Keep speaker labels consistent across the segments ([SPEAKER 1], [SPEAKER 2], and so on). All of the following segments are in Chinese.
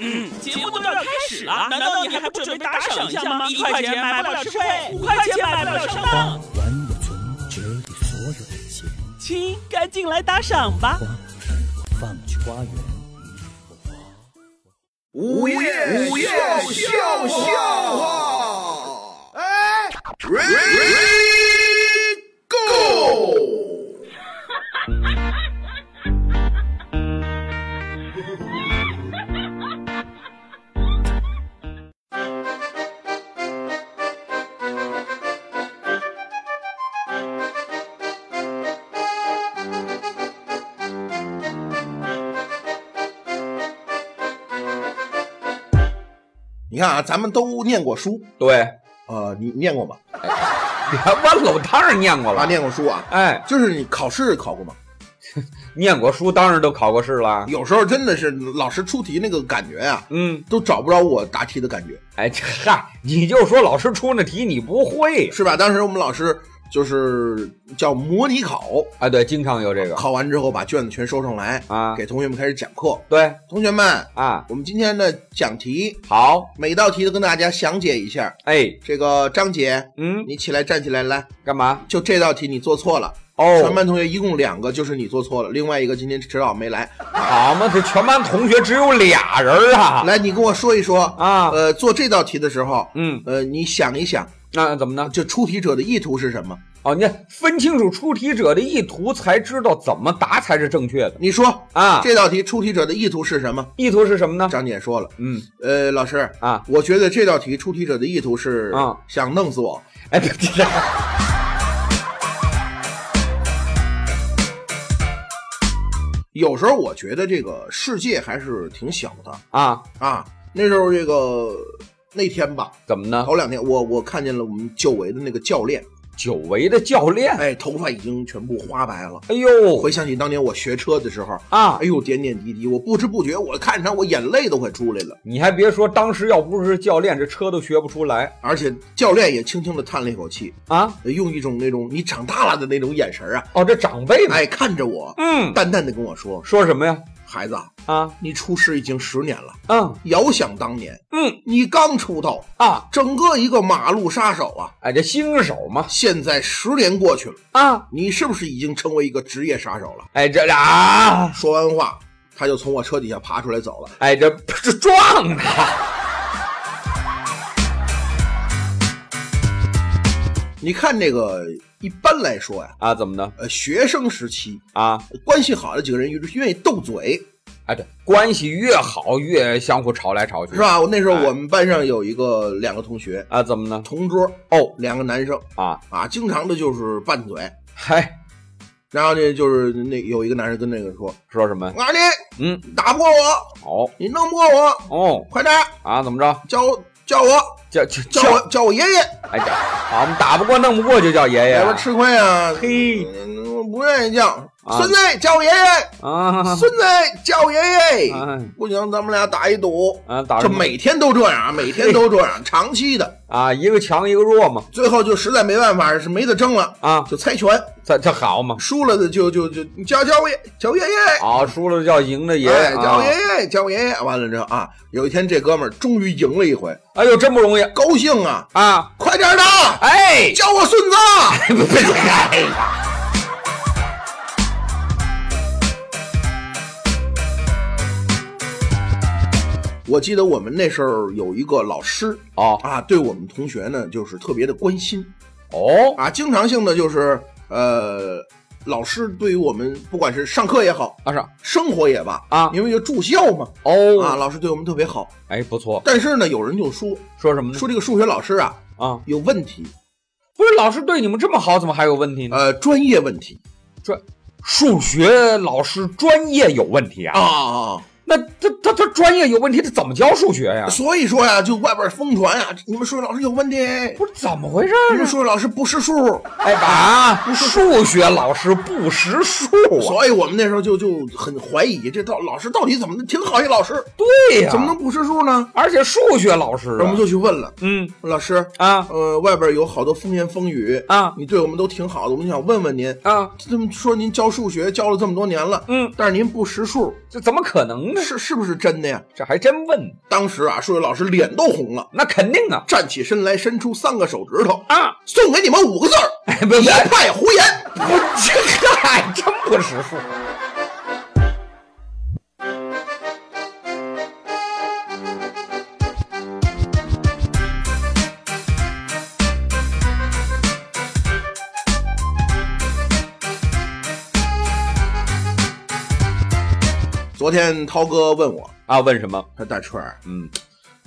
[SPEAKER 1] 嗯，节目都要开始了，难道你还不准备打赏一下吗？一块钱买不了吃亏，五块钱买不了上当。
[SPEAKER 2] 完我存折里所有的钱，
[SPEAKER 1] 亲，赶紧来打赏吧！
[SPEAKER 2] 花是我放去花园一朵花。
[SPEAKER 3] 午夜午夜笑笑话，哎，Ready Go！你看啊，咱们都念过书，
[SPEAKER 4] 对，
[SPEAKER 3] 呃，你念过吗？
[SPEAKER 4] 你还弯楼当然念 过
[SPEAKER 3] 啊，
[SPEAKER 4] 了，
[SPEAKER 3] 念过书啊，
[SPEAKER 4] 哎，
[SPEAKER 3] 就是你考试考过吗？
[SPEAKER 4] 念过书，当然都考过试了。
[SPEAKER 3] 有时候真的是老师出题那个感觉啊，
[SPEAKER 4] 嗯，
[SPEAKER 3] 都找不着我答题的感觉，
[SPEAKER 4] 哎，这嗨，你就说老师出那题你不会
[SPEAKER 3] 是吧？当时我们老师就是叫模拟考，
[SPEAKER 4] 啊？对，经常有这个
[SPEAKER 3] 考完之后把卷子全收上来，
[SPEAKER 4] 啊。
[SPEAKER 3] 给同学们开始讲课。
[SPEAKER 4] 对
[SPEAKER 3] 同学们，
[SPEAKER 4] 啊，
[SPEAKER 3] 我们今天的讲题，
[SPEAKER 4] 好，
[SPEAKER 3] 每道题都跟大家详解一下。
[SPEAKER 4] 哎，
[SPEAKER 3] 这个张姐，
[SPEAKER 4] 嗯，
[SPEAKER 3] 你起来站起来，来，
[SPEAKER 4] 干嘛？
[SPEAKER 3] 就这道题你做错了。全
[SPEAKER 4] 哦，
[SPEAKER 3] 班同学一共两个，就是你做错了，另外一个今天迟到没来。
[SPEAKER 4] 好嘛，这全班同学只有俩人儿啊
[SPEAKER 3] 来，你跟我说一说，
[SPEAKER 4] 啊，
[SPEAKER 3] 呃，做这道题的时候，
[SPEAKER 4] 嗯，
[SPEAKER 3] 呃，你想一想，
[SPEAKER 4] 那怎么呢？
[SPEAKER 3] 就出题者的意图是什么？
[SPEAKER 4] 哦，你看分清楚出题者的意图，才知道怎么答才是正确的
[SPEAKER 3] 你说
[SPEAKER 4] 啊。
[SPEAKER 3] 这道题出题者的意图是什么？
[SPEAKER 4] 意图是什么呢？
[SPEAKER 3] 张姐说了，
[SPEAKER 4] 嗯
[SPEAKER 3] 呃，老师，
[SPEAKER 4] 啊，
[SPEAKER 3] 我觉得这道题出题者的意图是
[SPEAKER 4] 啊
[SPEAKER 3] 想弄死我。
[SPEAKER 4] 哎，别别。
[SPEAKER 3] 有时候我觉得这个世界还是挺小的
[SPEAKER 4] 啊，
[SPEAKER 3] 啊。那时候这个那天吧，
[SPEAKER 4] 怎么呢？
[SPEAKER 3] 头两天我我看见了我们久违的那个教练，
[SPEAKER 4] 久违的教练，
[SPEAKER 3] 哎，头发已经全部花白了。
[SPEAKER 4] 哎呦
[SPEAKER 3] 回想起当年我学车的时候，
[SPEAKER 4] 啊
[SPEAKER 3] 哎！呦，点点滴滴，我不知不觉，我看上我眼泪都快出来了。
[SPEAKER 4] 你还别说，当时要不是教练，这车都学不出来
[SPEAKER 3] 而且教练也轻轻的叹了一口气，
[SPEAKER 4] 啊！
[SPEAKER 3] 用一种那种你长大了的那种眼神啊，
[SPEAKER 4] 哦，这长辈们，
[SPEAKER 3] 哎，看着我，
[SPEAKER 4] 嗯，
[SPEAKER 3] 淡淡的跟我说
[SPEAKER 4] 说什么呀？：“
[SPEAKER 3] 孩子啊，
[SPEAKER 4] 啊，
[SPEAKER 3] 你出师已经十年了，
[SPEAKER 4] 嗯
[SPEAKER 3] 遥想当年，
[SPEAKER 4] 嗯
[SPEAKER 3] 你刚出道，
[SPEAKER 4] 啊，
[SPEAKER 3] 整个一个马路杀手啊。”
[SPEAKER 4] 哎，这新手嘛，
[SPEAKER 3] 现在十年过去了，
[SPEAKER 4] 啊，
[SPEAKER 3] 你是不是已经成为一个职业杀手了？
[SPEAKER 4] 哎这啊，
[SPEAKER 3] 说完话，他就从我车底下爬出来走了。
[SPEAKER 4] 哎这这撞的，
[SPEAKER 3] 你看这个，一般来说呀，
[SPEAKER 4] 啊，怎么的
[SPEAKER 3] 呃，学生时期
[SPEAKER 4] 啊？
[SPEAKER 3] 关系好的几个人愿意斗嘴，
[SPEAKER 4] 哎，对，关系越好越相互吵来吵去
[SPEAKER 3] 是吧？我那时候
[SPEAKER 4] 哎
[SPEAKER 3] 我们班上有一个两个同学，
[SPEAKER 4] 啊？怎么呢？
[SPEAKER 3] 同桌
[SPEAKER 4] 哦
[SPEAKER 3] 两个男生
[SPEAKER 4] 啊，
[SPEAKER 3] 啊，经常的就是拌嘴。
[SPEAKER 4] 嗨，
[SPEAKER 3] 然后呢，就是那有一个男生跟那个说
[SPEAKER 4] 说什么呀？：“
[SPEAKER 3] 啊，你
[SPEAKER 4] 嗯，
[SPEAKER 3] 打不过我，
[SPEAKER 4] 哦
[SPEAKER 3] 你弄不过我，
[SPEAKER 4] 哦
[SPEAKER 3] 快点儿
[SPEAKER 4] 啊，怎么着？
[SPEAKER 3] 叫我叫我
[SPEAKER 4] 叫叫
[SPEAKER 3] 叫我叫我爷爷，
[SPEAKER 4] 哎，这好，我们打不过弄不过就叫爷爷
[SPEAKER 3] 要
[SPEAKER 4] 啊
[SPEAKER 3] 不吃亏啊。”
[SPEAKER 4] 嘿
[SPEAKER 3] 嗯，我不愿意叫。
[SPEAKER 4] 啊
[SPEAKER 3] 孙子叫我爷爷，
[SPEAKER 4] 啊
[SPEAKER 3] 孙子叫我爷爷。
[SPEAKER 4] 哎
[SPEAKER 3] 不行，咱们俩打一赌。
[SPEAKER 4] 啊，打
[SPEAKER 3] 这
[SPEAKER 4] 什么
[SPEAKER 3] 每天都这 样，每天都这样，长期的。
[SPEAKER 4] 啊，一个强一个弱嘛
[SPEAKER 3] 最后就实在没办法，是没得争了，
[SPEAKER 4] 啊，
[SPEAKER 3] 就猜拳，
[SPEAKER 4] 这这好嘛，
[SPEAKER 3] 输了的就就就你叫叫我爷，叫我爷爷。
[SPEAKER 4] 好输了叫赢啊的爷
[SPEAKER 3] 哎
[SPEAKER 4] 爷
[SPEAKER 3] 叫
[SPEAKER 4] 啊
[SPEAKER 3] 我，爷爷，叫我爷爷。完了之后啊，有一天这哥们儿终于赢了一回，
[SPEAKER 4] 哎呦真不容易
[SPEAKER 3] 高兴啊！
[SPEAKER 4] 啊，
[SPEAKER 3] 快点儿的，
[SPEAKER 4] 哎，
[SPEAKER 3] 叫我孙子。 我记得我们那时候有一个老师
[SPEAKER 4] 哦
[SPEAKER 3] 啊，对我们同学呢就是特别的关心
[SPEAKER 4] 哦
[SPEAKER 3] 啊，经常性的就是呃，老师对于我们不管是上课也好，
[SPEAKER 4] 啊上
[SPEAKER 3] 生活也罢
[SPEAKER 4] 啊
[SPEAKER 3] 因为就住校嘛啊，
[SPEAKER 4] 哦，
[SPEAKER 3] 老师对我们特别好。
[SPEAKER 4] 哎不错，
[SPEAKER 3] 但是呢，有人就说
[SPEAKER 4] 说什么呢
[SPEAKER 3] 说这个数学老师啊
[SPEAKER 4] 啊？
[SPEAKER 3] 有问题，
[SPEAKER 4] 不是老师对你们这么好，怎么还有问题呢？
[SPEAKER 3] 呃，专业问题
[SPEAKER 4] 数学老师专业有问题
[SPEAKER 3] 啊
[SPEAKER 4] 啊？
[SPEAKER 3] 啊啊
[SPEAKER 4] 那他他他专业有问题，他怎么教数学呀
[SPEAKER 3] 啊！？所以说呀，就外边疯传呀，你们数学老师有问题，
[SPEAKER 4] 不是怎么回事
[SPEAKER 3] 你
[SPEAKER 4] 儿
[SPEAKER 3] 们
[SPEAKER 4] 啊？
[SPEAKER 3] 数学老师不识数。
[SPEAKER 4] 哎啊，数学老师不识数啊？
[SPEAKER 3] 所以我们那时候就就很怀疑，这到老师到底怎么能挺好一老师，
[SPEAKER 4] 哎对呀、
[SPEAKER 3] 怎么能不识数呢？
[SPEAKER 4] 而且数学老师、啊，
[SPEAKER 3] 我们就去问了
[SPEAKER 4] 嗯
[SPEAKER 3] 老师，
[SPEAKER 4] 啊
[SPEAKER 3] 呃，外边有好多风言风语，
[SPEAKER 4] 啊
[SPEAKER 3] 你对我们都挺好的，我们想问问您，
[SPEAKER 4] 啊，
[SPEAKER 3] 这么说您教数学教了这么多年了，
[SPEAKER 4] 嗯，
[SPEAKER 3] 但是您不识数，
[SPEAKER 4] 这怎么可能呢？
[SPEAKER 3] 是是不是真的呀？
[SPEAKER 4] 这还真问，
[SPEAKER 3] 当时啊，数学老师脸都红了，
[SPEAKER 4] 那肯定啊
[SPEAKER 3] 站起身来，伸出三个手指头，
[SPEAKER 4] 啊！
[SPEAKER 3] 送给你们五个字儿：
[SPEAKER 4] 哎，不
[SPEAKER 3] 一
[SPEAKER 4] 是，
[SPEAKER 3] 派胡言。
[SPEAKER 4] 不，这还哎真不识数。
[SPEAKER 3] 昨天涛哥问我，
[SPEAKER 4] 啊？问什么？
[SPEAKER 3] 他说大川儿，
[SPEAKER 4] 嗯，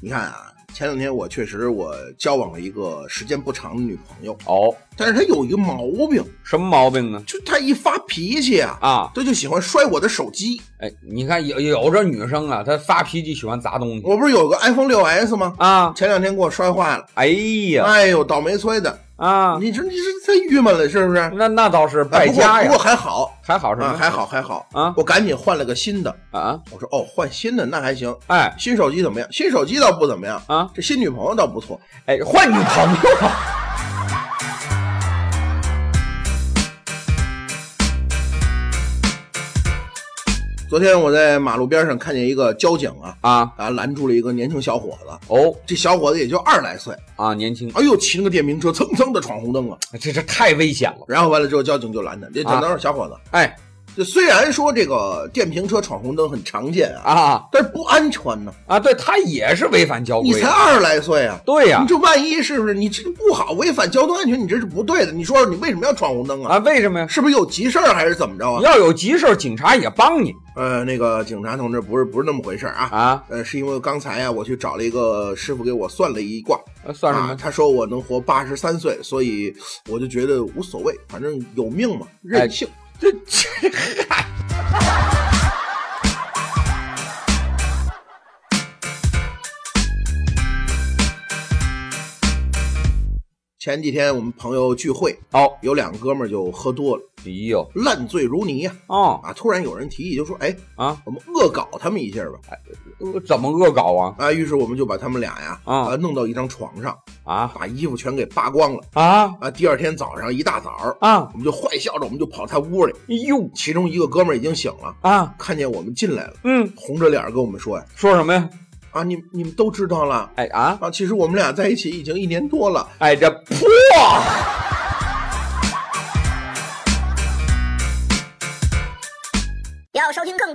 [SPEAKER 3] 你看啊，前两天我确实我交往了一个时间不长的女朋友，
[SPEAKER 4] 哦，
[SPEAKER 3] 但是她有一个毛病，
[SPEAKER 4] 什么毛病呢？
[SPEAKER 3] 就她一发脾气啊，
[SPEAKER 4] 啊，
[SPEAKER 3] 她就喜欢摔我的手机。
[SPEAKER 4] 哎，你看有有这女生啊，她发脾气喜欢砸东西
[SPEAKER 3] 我不是有个 iPhone 六 S 吗？
[SPEAKER 4] 啊，
[SPEAKER 3] 前两天给我摔坏了，
[SPEAKER 4] 哎呀
[SPEAKER 3] 哎呦，倒霉催的！
[SPEAKER 4] 啊，
[SPEAKER 3] 你这你这太郁闷了，是不是？
[SPEAKER 4] 那那倒是
[SPEAKER 3] 哎
[SPEAKER 4] 败
[SPEAKER 3] 不过
[SPEAKER 4] 家
[SPEAKER 3] 不
[SPEAKER 4] 呀
[SPEAKER 3] 过，还好
[SPEAKER 4] 还好是
[SPEAKER 3] 啊，
[SPEAKER 4] 吧？
[SPEAKER 3] 还好还好
[SPEAKER 4] 啊
[SPEAKER 3] 我赶紧换了个新的。
[SPEAKER 4] 啊，
[SPEAKER 3] 我说哦，换新的那还行，
[SPEAKER 4] 哎
[SPEAKER 3] 新手机怎么样？新手机倒不怎么样
[SPEAKER 4] 啊，
[SPEAKER 3] 这新女朋友倒不错。
[SPEAKER 4] 哎，换女朋友啊。
[SPEAKER 3] 昨天我在马路边上看见一个交警啊
[SPEAKER 4] 啊
[SPEAKER 3] 啊拦住了一个年轻小伙子，
[SPEAKER 4] 哦
[SPEAKER 3] 这小伙子也就二十来岁，
[SPEAKER 4] 啊，年轻，哎
[SPEAKER 3] 哎呦，骑那个电瓶车蹭蹭的闯红灯啊。
[SPEAKER 4] 这这太危险了。
[SPEAKER 3] 然后完了之后，交警就拦他。这
[SPEAKER 4] 啊
[SPEAKER 3] 等等会儿，小伙子，
[SPEAKER 4] 哎
[SPEAKER 3] 这虽然说这个电瓶车闯红灯很常见啊，
[SPEAKER 4] 啊
[SPEAKER 3] 但是不安全呢。
[SPEAKER 4] 啊，对他也是违反交
[SPEAKER 3] 你
[SPEAKER 4] 规
[SPEAKER 3] 才
[SPEAKER 4] 的。
[SPEAKER 3] 二十来岁啊，
[SPEAKER 4] 对啊呀
[SPEAKER 3] 你、这万一是不是你这不好，违反交通安全，你这是不对的。你说说你为什么要闯红灯
[SPEAKER 4] 啊，
[SPEAKER 3] 啊？
[SPEAKER 4] 为什么呀？
[SPEAKER 3] 是不是有急事儿还是怎么着啊？
[SPEAKER 4] 要有急事儿，警察也帮你
[SPEAKER 3] 呃，那个警察同志，不是不是那么回事儿啊。
[SPEAKER 4] 啊。
[SPEAKER 3] 呃，是因为刚才啊，我去找了一个师傅给我算了一卦，
[SPEAKER 4] 呃算什
[SPEAKER 3] 啊
[SPEAKER 4] 么？
[SPEAKER 3] 他说我能活八十三岁，所以我就觉得无所谓，反正有命嘛，
[SPEAKER 4] 哎
[SPEAKER 3] 任性。
[SPEAKER 4] 这 这嗨。
[SPEAKER 3] 前几天我们朋友聚会，
[SPEAKER 4] 哦，
[SPEAKER 3] 有两个哥们儿就喝多了，
[SPEAKER 4] 哎呦，
[SPEAKER 3] 烂醉如泥呀、
[SPEAKER 4] 哦
[SPEAKER 3] 啊！突然有人提议，就说：“哎，
[SPEAKER 4] 啊，
[SPEAKER 3] 我们恶搞他们一下吧
[SPEAKER 4] 呃怎么恶搞啊？！”
[SPEAKER 3] 啊，于是我们就把他们俩呀
[SPEAKER 4] 啊
[SPEAKER 3] 呃弄到一张床上，
[SPEAKER 4] 啊
[SPEAKER 3] 把衣服全给扒光了
[SPEAKER 4] 啊
[SPEAKER 3] 啊！第二天早上一大早，
[SPEAKER 4] 啊！
[SPEAKER 3] 我们就坏笑着，我们就跑他屋里。
[SPEAKER 4] 哎呦
[SPEAKER 3] 其中一个哥们儿已经醒了，
[SPEAKER 4] 啊，
[SPEAKER 3] 看见我们进来了，
[SPEAKER 4] 嗯，
[SPEAKER 3] 红着脸儿跟我们说：“呀，
[SPEAKER 4] 说什么呀？
[SPEAKER 3] 啊，你你们都知道了
[SPEAKER 4] 哎啊，
[SPEAKER 3] 啊！其实我们俩在一起已经一年多了。
[SPEAKER 4] 哎这破。
[SPEAKER 5] 要收听更